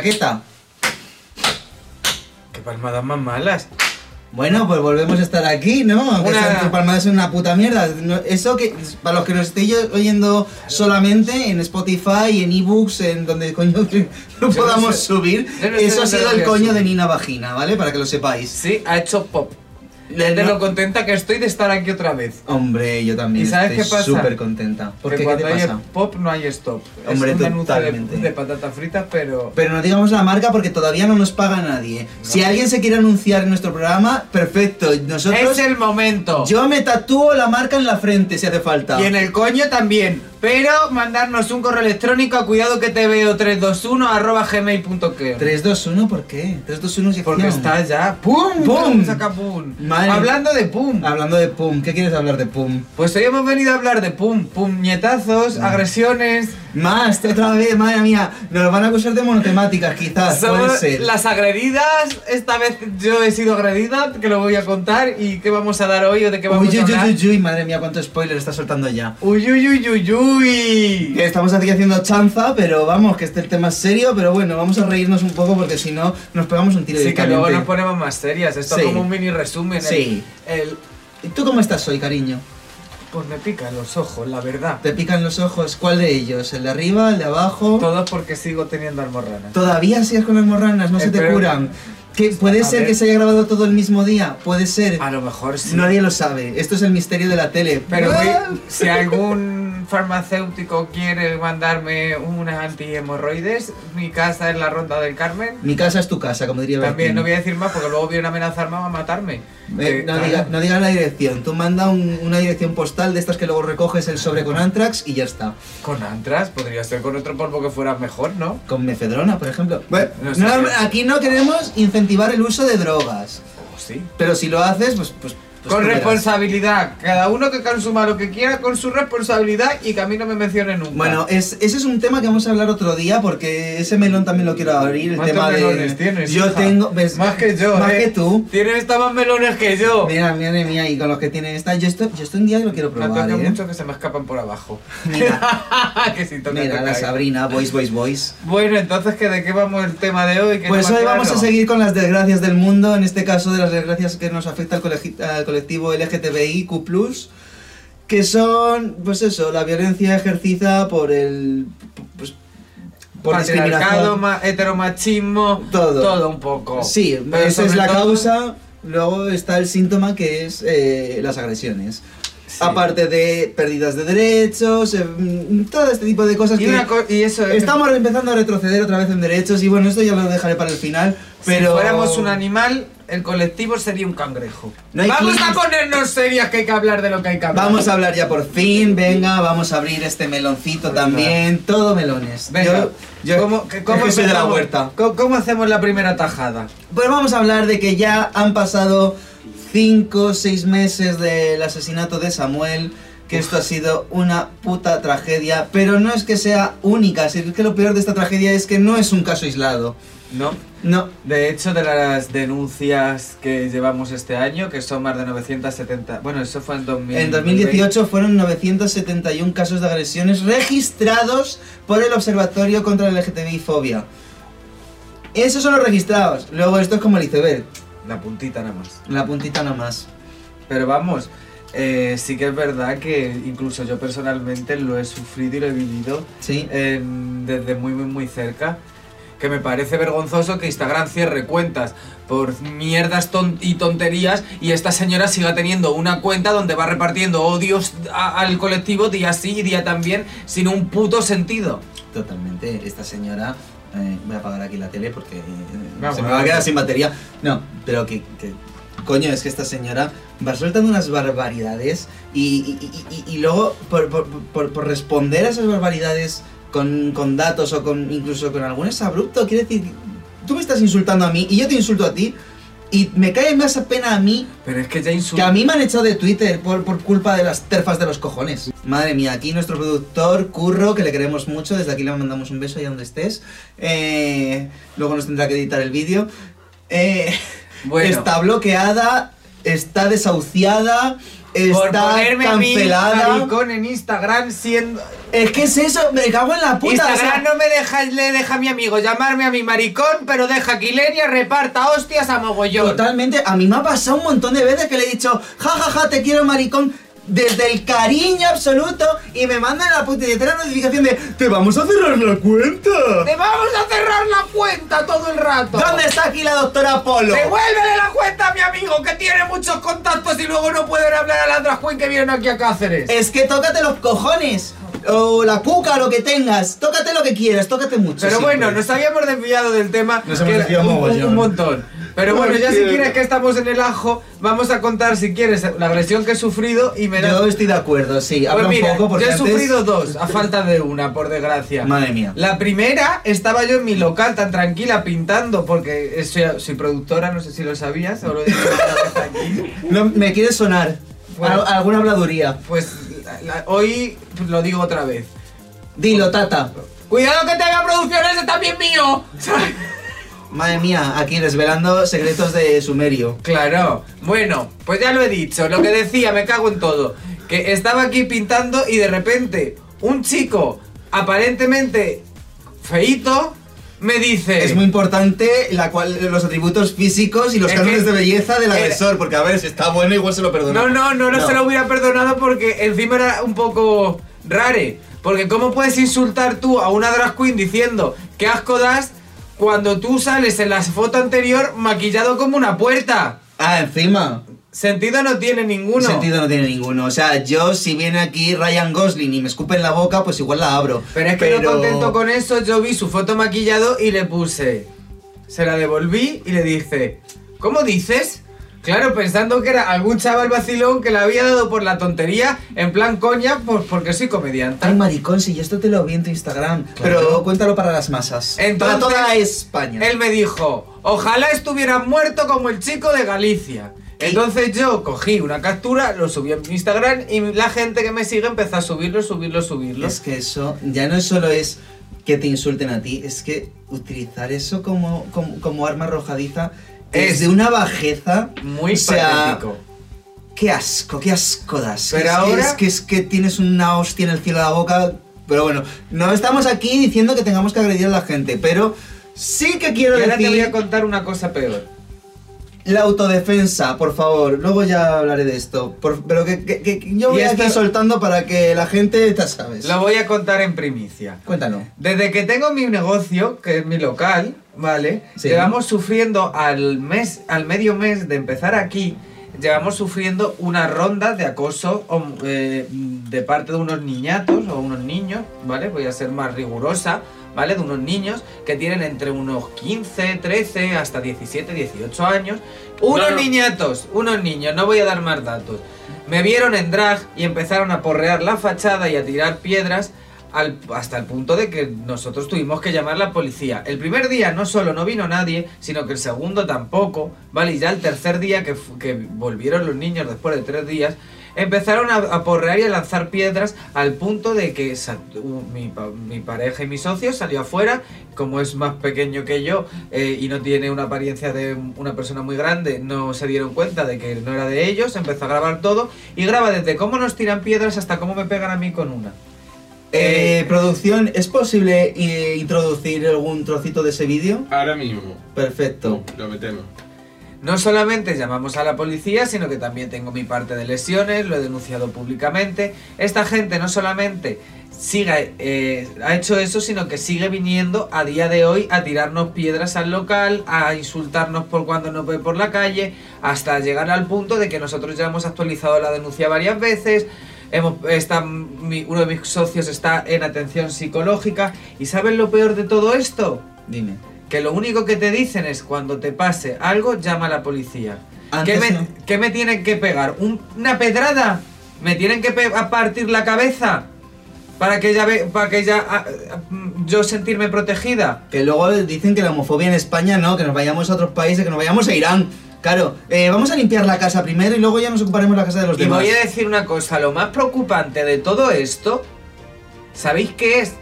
Paqueta. Qué palmadas más malas. Bueno, pues volvemos a estar aquí, ¿no? Aunque Una- sea tu palmada es una puta mierda. No- Eso que, para los que nos estéis oyendo solamente en Spotify, en ebooks, en donde coño que lo no sé. podamos subir, Yo no sé eso ha dónde sido lo el voy a coño de subir. Nina Vagina, ¿vale? Para que lo sepáis. Sí, ha hecho pop. De No. lo contenta que estoy de estar aquí otra vez. Hombre, yo también ¿Y sabes qué estoy pasa? súper contenta. ¿Por Porque qué? ¿Qué te cuando hay pasa? pop no hay stop. Hombre, es un anuncio de, totalmente. de patata frita, pero Pero no digamos la marca porque todavía no nos paga nadie. No. Si alguien se quiere anunciar en nuestro programa, perfecto. Nosotros, es el momento. yo me tatúo la marca en la frente si hace falta. Y en el coño también. Pero mandarnos un correo electrónico a cuidado que te veo 321 arroba gmail.com. 3-2-1, ¿por qué? 3-2-1 es Porque acción. está ya. ¡Pum! ¡Pum! Saca pum. Madre- Hablando de pum. Hablando de pum, ¿qué quieres hablar de pum? Pues hoy hemos venido a hablar de pum, puñetazos, agresiones. Más, otra vez, madre mía, nos van a acusar de monotemáticas quizás, puede Somos ser. las agredidas. Esta vez yo he sido agredida, que lo voy a contar. ¿Y qué vamos a dar hoy o de qué vamos Uy, a uy, uy, hablar? uy, uy, madre mía, cuánto spoiler está soltando ya. Uy, uy, uy, uy, uy. Que Estamos aquí haciendo chanza, pero vamos, que este el tema es serio, pero bueno, vamos a reírnos un poco porque si no nos pegamos un tiro Sí, que luego nos directamente. ponemos más serias. Esto es Sí. como un mini resumen. el- Sí. el- ¿Y tú cómo estás hoy, cariño? pues me pican los ojos, la verdad. ¿Te pican los ojos? ¿Cuál de ellos? ¿El de arriba? ¿El de abajo? Todo porque sigo teniendo almorranas. Todavía sigues con las morranas, no se te Espero- curan. ¿Qué, ¿Puede A ser ver. que se haya grabado todo el mismo día? Puede ser. A lo mejor sí. Nadie lo sabe. Esto es el misterio de la tele. Pero Ah. güey, si algún farmacéutico quiere mandarme unas antihemorroides, mi casa es la Ronda del Carmen. Mi casa es tu casa, como diría También no voy Bertín. a decir más porque luego vienen a amenazarme a matarme. Eh, Eh, no, claro. diga- no digas la dirección. Tú manda un- una dirección postal de estas que luego recoges el sobre con Antrax y ya está. Con antras, podría ser con otro polvo que fuera mejor, ¿no? Con mefedrona, por ejemplo. Bueno, No sé. no, aquí no queremos incentivar el uso de drogas. O Pues sí. Pero si lo haces, pues. pues, pues con tú verás. responsabilidad. Cada uno que consuma lo que quiera con su responsabilidad y que a mí no me mencione nunca. Bueno, es- ese es un tema que vamos a hablar otro día porque ese melón también lo quiero abrir. El ¿Cuántos tema de. melones tienes, yo hija? tengo. ves, Más que yo, Más ¿eh? que tú. Tienes hasta más melones que yo. Mira, mira, mira, y con los que tienen esta. Yo esto, yo esto un día lo quiero Me han probar. tocado ¿eh? mucho que se me escapan por abajo. Mira, que si toca, mira, la toca, ¿eh? Sabrina, boys, boys, boys. Bueno, entonces, ¿qué- ¿de qué vamos el tema de hoy? Que Pues no me hoy vamos a acuerdo. seguir con las desgracias del mundo, en este caso de las desgracias que nos afecta al, colegi- al colectivo LGTBIQ+, que son, pues eso, la violencia ejercida por el... pues, por Patriarcado, discriminación. ma- heteromachismo, Todo. todo un poco. Sí, Pero esa es sobre la todo- causa, luego está el síntoma que es eh, las agresiones. Sí. Aparte de pérdidas de derechos, eh, mm, todo este tipo de cosas Y, que... una co- y eso es. Estamos empezando a retroceder otra vez en derechos y bueno, esto ya lo dejaré para el final, pero... Si fuéramos un animal, el colectivo sería un cangrejo. No hay Vamos clics. a ponernos serias que hay que hablar de lo que hay que hablar. Vamos a hablar ya por fin, venga, vamos a abrir este meloncito Venga. también, todo melones. Venga, yo, yo ¿cómo, que- cómo es que soy de la empezamos? huerta. ¿Cómo, cómo hacemos la primera tajada? Pues vamos a hablar de que ya han pasado 5 6 meses del asesinato de Samuel, que esto ha sido una puta tragedia, pero no es que sea única, sino que lo peor de esta tragedia es que no es un caso aislado. No. No, De hecho, de las denuncias que llevamos este año, que son más de 970. Bueno, eso fue en 2000. En 2018 fueron 971 casos de agresiones registrados por el Observatorio contra la LGTBI-fobia. Esos son los registrados. Luego esto es como el iceberg, La puntita nada más. la puntita nomás. Pero vamos, eh, sí que es verdad que incluso yo personalmente lo he sufrido y lo he vivido Sí. eh, desde muy, muy, muy cerca. Que me parece vergonzoso que Instagram cierre cuentas por mierdas ton- y tonterías y esta señora siga teniendo una cuenta donde va repartiendo odios a- al colectivo día sí y día también sin un puto sentido. Totalmente. Esta señora... eh, voy a apagar aquí la tele porque eh, Vamos, se me va a quedar vamos. sin batería. No, pero que... que- Coño, es que esta señora va soltando unas barbaridades y, y- y- y- y luego por, por- por- por responder a esas barbaridades con, con datos o con incluso con algún abrupto, quiere decir, tú me estás insultando a mí y yo te insulto a ti y me cae más pena a mí Pero es que ya que insulta. a mí me han echado de Twitter por, por culpa de las terfas de los cojones. Madre mía, aquí nuestro productor, Curro, que le queremos mucho, desde aquí le mandamos un beso allá donde estés. Eh, luego nos tendrá que editar el vídeo. Eh, Bueno, Está bloqueada está desahuciada, Por está ponerme a mí, cancelada. maricón, en Instagram siendo... Es que es eso, me cago en la puta. o sea, Instagram no me deja, le deja a mi amigo llamarme a mi maricón, pero deja que Ilenia reparta hostias a mogollón. Totalmente, a mí me ha pasado un montón de veces que le he dicho, jajaja, ja, ja, te quiero maricón, desde el cariño absoluto, y me mandan la puñetera notificación de, te vamos a cerrar la cuenta. ¡Te vamos a cerrar la cuenta todo el rato! ¿Dónde está aquí la doctora Polo? ¡Devuélvele la cuenta a mi amigo que tiene muchos contactos y luego no pueden hablar a las otras Queen que vienen aquí a Cáceres! Es que tócate los cojones, o la cuca, lo que tengas, tócate lo que quieras, tócate mucho. Pero siempre. bueno, nos habíamos desviado del tema pues. Nos hemos que era desviado un, mogollón. un montón. Pero bueno, ya si Porque- quieres que estamos en el ajo, vamos a contar si quieres la agresión que he sufrido y me das... Yo estoy de acuerdo, sí, habla Pues mira, un poco porque yo he antes- sufrido dos, a falta de una, por desgracia. Madre mía. La primera, estaba yo en mi local tan tranquila pintando, porque soy, soy productora, no sé si lo sabías, o lo he dicho alguna vez aquí. No, me quiere sonar Bueno. al- alguna habladuría. Pues la- la- hoy lo digo otra vez. Dilo, tata. ¡Cuidado que te haga producción ese también mío! Madre mía, aquí desvelando secretos de Sumerio. Claro, bueno, pues ya lo he dicho, lo que decía, me cago en todo. Que estaba aquí pintando y de repente un chico, aparentemente feito, me dice... Es muy importante la cual, los atributos físicos y los Es cánones que- de belleza del era- agresor, porque a ver, si está bueno igual se lo perdona. No, no, no, no, se lo hubiera perdonado porque encima era un poco rare. Porque ¿cómo puedes insultar tú a una drag queen diciendo que asco das cuando tú sales en la foto anterior maquillado como una puerta? Ah, encima. Sentido no tiene ninguno. Sentido no tiene ninguno. O sea, yo si viene aquí Ryan Gosling y me escupe en la boca, pues igual la abro. Pero es que no contento con eso, yo vi su foto maquillado y le puse. Se la devolví y le dije, ¿cómo dices? Claro, pensando que era algún chaval vacilón que le había dado por la tontería, en plan coña, pues porque soy comediante. Ay, maricón, si yo esto te lo vi en tu Instagram. Pero cuéntalo para las masas. para Entonces- toda España. Él me dijo, ojalá estuviera muerto como el chico de Galicia. ¿Qué? Entonces yo cogí una captura, lo subí en mi Instagram y la gente que me sigue empezó a subirlo, subirlo, subirlo. Es que eso ya no solo es que te insulten a ti, es que utilizar eso como, como, como arma arrojadiza es, Es de una bajeza. Muy o sea, patético. Qué asco, qué asco das. Pero es, que- ahora- es que, es que tienes una hostia en el cielo de la boca. Pero bueno, no estamos aquí diciendo que tengamos que agredir a la gente, pero sí que quiero Y ahora te voy decir a contar una cosa peor. la autodefensa, por favor. Luego ya hablaré de esto. por- pero que, que- que- que yo Y voy esto- aquí soltando para que la gente, ya sabes. Lo voy a contar en primicia. Cuéntalo. Desde que tengo mi negocio, que es mi local, ¿vale? Sí. Llevamos sufriendo al mes, al medio mes de empezar aquí, llevamos sufriendo una ronda de acoso hom- eh, de parte de unos niñatos o unos niños, ¿vale? Voy a ser más rigurosa, ¿vale? De unos niños que tienen entre unos 15, 13, hasta 17, 18 años. Unos No, no. niñatos, unos niños, no voy a dar más datos. Me vieron en drag y empezaron a porrear la fachada y a tirar piedras al- hasta el punto de que nosotros tuvimos que llamar a la policía. El primer día no solo no vino nadie, sino que el segundo tampoco, ¿vale? Y ya el tercer día que, fu- que volvieron los niños después de tres días, empezaron a, a porrear y a lanzar piedras al punto de que sa- u- mi, pa- mi pareja y mi socio salió afuera, como es más pequeño que yo eh, y no tiene una apariencia de una persona muy grande, no se dieron cuenta de que no era de ellos, empezó a grabar todo y graba desde cómo nos tiran piedras hasta cómo me pegan a mí con una. Eh, producción, ¿es posible eh, introducir algún trocito de ese vídeo? Ahora mismo. Perfecto. Lo metemos. No solamente llamamos a la policía, sino que también tengo mi parte de lesiones, lo he denunciado públicamente. Esta gente no solamente sigue, eh, ha hecho eso, sino que sigue viniendo a día de hoy a tirarnos piedras al local, a insultarnos por cuando nos ve por la calle, hasta llegar al punto de que nosotros ya hemos actualizado la denuncia varias veces. Hemos, está, mi- uno de mis socios está en atención psicológica. ¿Y saben lo peor de todo esto? Dime. que lo único que te dicen es cuando te pase algo, llama a la policía. Antes ¿Qué me, no. qué me tienen que pegar? ¿Un- ¿Una pedrada? ¿Me tienen que pe- a partir la cabeza? Para que ya, ve- para que ya ah, ah, mm, yo sentirme protegida. Que luego dicen que la homofobia en España no, que nos vayamos a otros países, que nos vayamos a Irán. Claro, eh, vamos a limpiar la casa primero y luego ya nos ocuparemos la casa de los Y demás. voy a decir una cosa, lo más preocupante de todo esto, ¿sabéis qué es?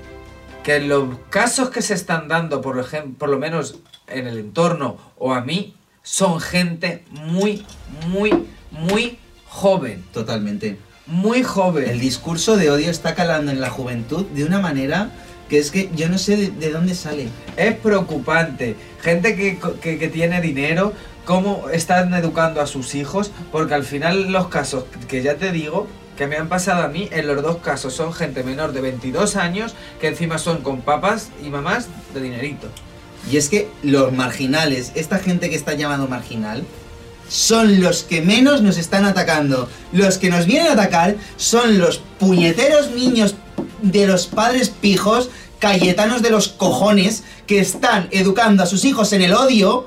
Que en los casos que se están dando, por, ejem- por lo menos en el entorno o a mí, son gente muy, muy, muy joven. Totalmente. Muy joven. El discurso de odio está calando en la juventud de una manera que es que yo no sé de, de dónde sale. Es preocupante. Gente que, co- que- que tiene dinero, cómo están educando a sus hijos, porque al final los casos que ya te digo, que me han pasado a mí, en los dos casos son gente menor de 22 años, que encima son con papas y mamás de dinerito. Y es que los marginales, esta gente que está llamado marginal, son los que menos nos están atacando. Los que nos vienen a atacar son los puñeteros niños de los padres pijos, cayetanos de los cojones, que están educando a sus hijos en el odio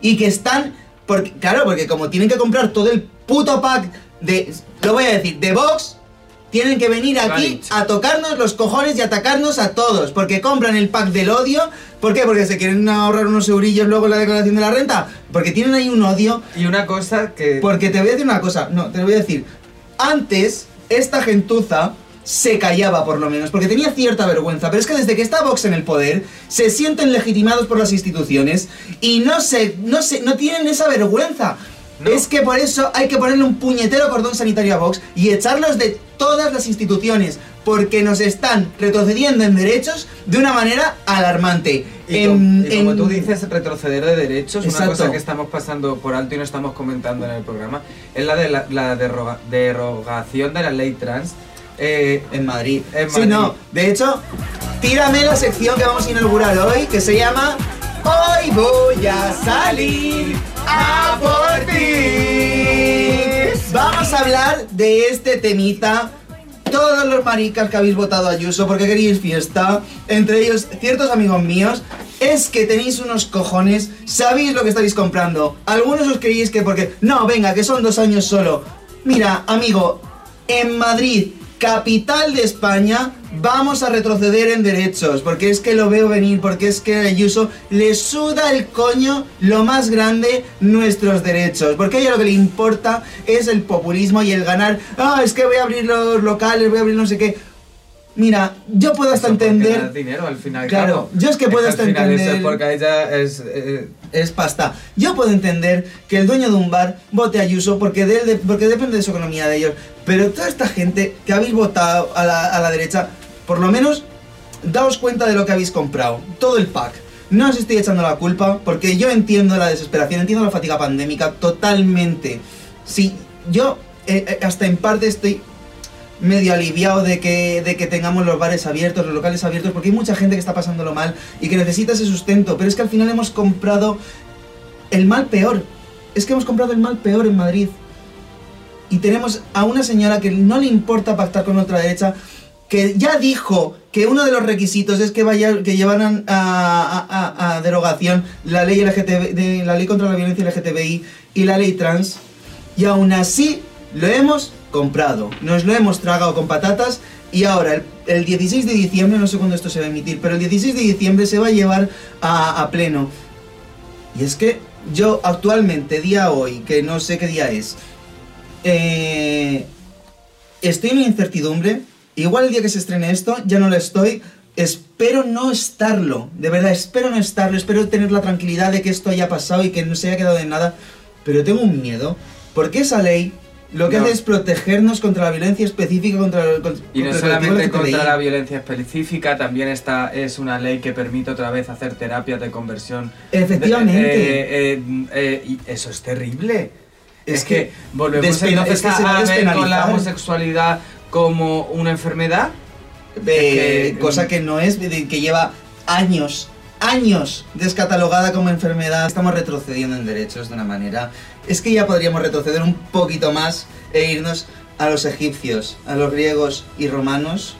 y que están... Porque, claro, porque como tienen que comprar todo el puto pack de... Lo voy a decir, de Vox, tienen que venir aquí Galich. a tocarnos los cojones y atacarnos a todos. Porque compran el pack del odio. ¿Por qué? Porque se quieren ahorrar unos eurillos luego en la declaración de la renta. Porque tienen ahí un odio Y una cosa que... porque te voy a decir una cosa, no, te lo voy a decir. Antes, esta gentuza se callaba por lo menos, porque tenía cierta vergüenza, pero es que desde que está Vox en el poder, se sienten legitimados por las instituciones y no se, no se, no tienen esa vergüenza. No. Es que por eso hay que ponerle un puñetero cordón sanitario a Vox y echarlos de todas las instituciones, porque nos están retrocediendo en derechos de una manera alarmante. Y, com- En- y como en- tú dices, retroceder de derechos, una Exacto. cosa que estamos pasando por alto y no estamos comentando en el programa, es la de la, la derroga- derogación de la ley trans. Eh, En Madrid. En sí, Madrid. no. De hecho, tírame la sección que vamos a inaugurar hoy, que se llama Hoy voy a salir a por ti. Vamos a hablar de este temita. Todos los maricas que habéis votado a Ayuso porque queréis fiesta, entre ellos ciertos amigos míos, es que tenéis unos cojones, sabéis lo que estáis comprando. Algunos os creéis que porque, no, venga, que son dos años solo. Mira, amigo, en Madrid, capital de España, vamos a retroceder en derechos, porque es que lo veo venir, porque es que a Ayuso le suda el coño lo más grande nuestros derechos, porque a ella lo que le importa es el populismo y el ganar, ah, es que voy a abrir los locales, voy a abrir no sé qué. Mira, yo puedo hasta eso porque entender... da dinero al final. Claro, yo es que puedo al hasta final eso entender- es porque ella es. eh, es pasta. Yo puedo entender que el dueño de un bar vote a Ayuso porque, de él de- porque depende de su economía de ellos. Pero toda esta gente que habéis votado a la, a la derecha, por lo menos daos cuenta de lo que habéis comprado. Todo el pack. No os estoy echando la culpa porque yo entiendo la desesperación, entiendo la fatiga pandémica totalmente. Sí, yo eh, eh, hasta en parte estoy medio aliviado de que, de que tengamos los bares abiertos, los locales abiertos, porque hay mucha gente que está pasándolo mal y que necesita ese sustento, pero es que al final hemos comprado el mal peor. Es que hemos comprado el mal peor en Madrid. Y tenemos a una señora que no le importa pactar con otra derecha, que ya dijo que uno de los requisitos es que vaya, que llevaran a, a- a- a derogación la ley LGTB de, la ley contra la violencia LGTBI y la ley trans. Y aún así lo hemos comprado, nos lo hemos tragado con patatas y ahora el, el 16 de diciembre, no sé cuándo esto se va a emitir, pero el 16 de diciembre se va a llevar a, a pleno. Y es que yo actualmente, día hoy, que no sé qué día es, eh, estoy en incertidumbre. Igual el día que se estrene esto, ya no lo estoy. Espero no estarlo, de verdad, espero no estarlo, espero tener la tranquilidad de que esto haya pasado y que no se haya quedado en nada, pero tengo un miedo, porque esa ley lo que No. hace es protegernos contra la violencia específica, contra el... con- y contra no el solamente colectivo contra la LGTBI. violencia específica, también esta es una ley que permite otra vez hacer terapias de conversión. Efectivamente. Eh, eh, eh, y eso es terrible. Es Es, que, que volvemos despen- entonces es que a- se va a a ver con la despenalizar. homosexualidad como una enfermedad. Eh, Es que- mm. cosa que no es, de- que lleva años, años descatalogada como enfermedad. Estamos retrocediendo en derechos de una manera. Es que ya podríamos retroceder un poquito más e irnos a los egipcios, a los griegos y romanos.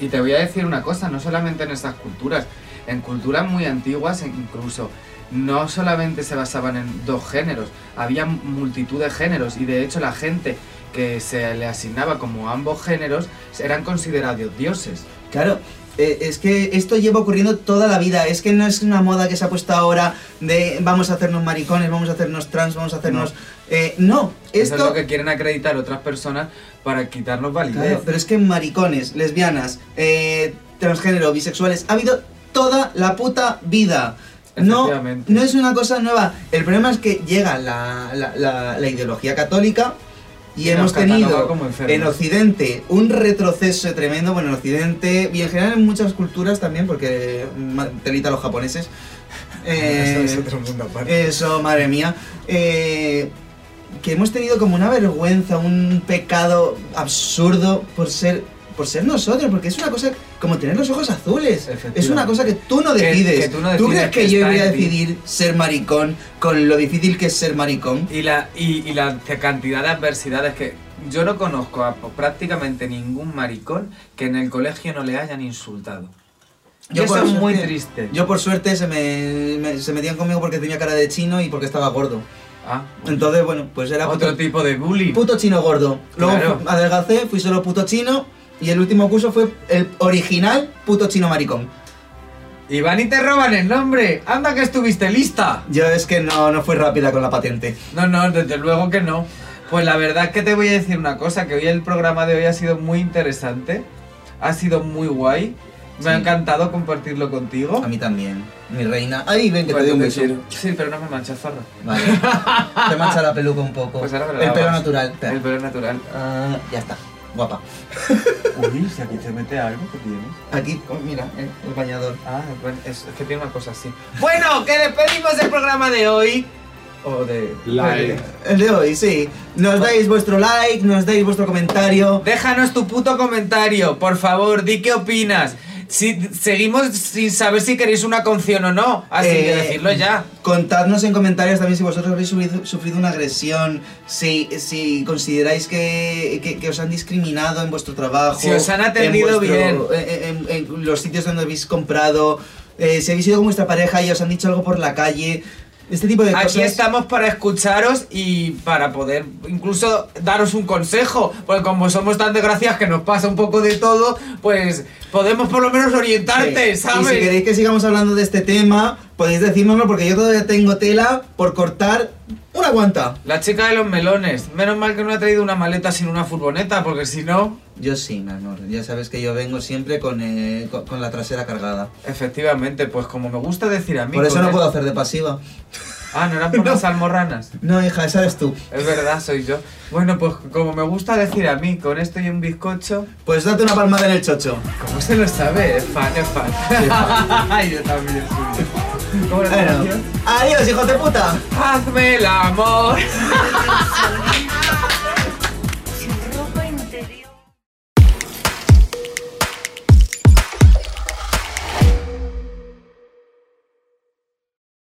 Y te voy a decir una cosa, no solamente en estas culturas, en culturas muy antiguas incluso, no solamente se basaban en dos géneros, había multitud de géneros y de hecho la gente que se le asignaba como ambos géneros eran considerados dioses. Claro, eh, es que esto lleva ocurriendo toda la vida. Es que no es una moda que se ha puesto ahora de vamos a hacernos maricones, vamos a hacernos trans, vamos a hacernos... Eh, No, Eso es esto... lo que quieren acreditar otras personas para quitarnos validez. Claro, pero es que maricones, lesbianas, eh, transgénero, bisexuales, ha habido toda la puta vida. No, Efectivamente. no es una cosa nueva. El problema es que llega la, la- la- la ideología católica y, Y nos hemos cataloga tenido como enfermos. en Occidente un retroceso tremendo. Bueno, en Occidente y en general en muchas culturas también, porque ma- telita los japoneses. Eh, Esto es otro mundo aparte. eso, madre mía. Eh, que hemos tenido como una vergüenza, un pecado absurdo por ser por ser nosotros, porque es una cosa como tener los ojos azules. Es Efectivamente. una cosa que tú no Que- decides. que tú no decides crees que, que yo está voy a en ti. decidir ser maricón con lo difícil que es ser maricón? Y la, y, y la te- cantidad de adversidades que yo no conozco a po- prácticamente ningún maricón que en el colegio no le hayan insultado. Yo Yo eso por es suerte- muy triste. Yo por suerte se me, me- se metían conmigo porque tenía cara de chino y porque estaba gordo. Ah, bueno. Entonces, bueno, pues era otro puto- tipo de bullying. puto chino gordo. Luego Claro. fu- adelgacé, fui solo puto chino y el último curso fue el original puto chino maricón. Y van y te roban el nombre. Anda que estuviste lista. Yo es que no, no fui rápida con la patente. No, no, desde luego que no. Pues la verdad es que te voy a decir una cosa, que hoy el programa de hoy ha sido muy interesante, ha sido muy guay, me ha Sí. encantado compartirlo contigo. A mí también, mi reina. Ay, ven que te Cuando doy un te beso. quiero. Sí, pero no me manches, farro. Vale. Te mancha la peluca un poco. Pues ahora me la el pelo lavas. natural. espera. El pelo natural. Ah, ya está. Guapa. Uy, si aquí te mete algo que tienes. Aquí, oh, mira, el, el bañador. Ah, bueno, es, es que tiene una cosa así. Bueno, que despedimos el programa de hoy. O de... Like. El Eh, de hoy, sí. Nos dais vuestro like, nos dais vuestro comentario. Déjanos tu puto comentario, por favor, di qué opinas. Si, seguimos sin saber si queréis una canción o no, así que Eh, decidlo ya. Contadnos en comentarios también si vosotros habéis sufrido, sufrido una agresión, si, si consideráis que, que- que os han discriminado en vuestro trabajo. Si os han atendido en bien. En, en- en los sitios donde habéis comprado. eh, si habéis ido con vuestra pareja y os han dicho algo por la calle. Este tipo de cosas. Aquí estamos para escucharos y para poder incluso daros un consejo, porque como somos tan desgraciados que nos pasa un poco de todo, pues podemos por lo menos orientarte, Sí. ¿sabes? Y si queréis que sigamos hablando de este tema, podéis decírnoslo porque yo todavía tengo tela por cortar una guanta. La chica de los melones. Menos mal que no ha traído una maleta sin una furgoneta, porque si no, Yo sí, mi amor. Ya sabes que yo vengo siempre con, eh, con, con la trasera cargada. efectivamente, pues como me gusta decir a mí. Por eso con no el- puedo hacer de pasiva. Ah, no eran por las almorranas. No, hija, esa eres tú. Es verdad, soy yo. Bueno, pues como me gusta decir a mí, con esto y un bizcocho. Pues date una palmada en el chocho. ¿Cómo se lo sabe? Es fan, es fan. yo también soy. ¿Cómo la Bueno, canción? adiós, hijos de puta. Hazme el amor.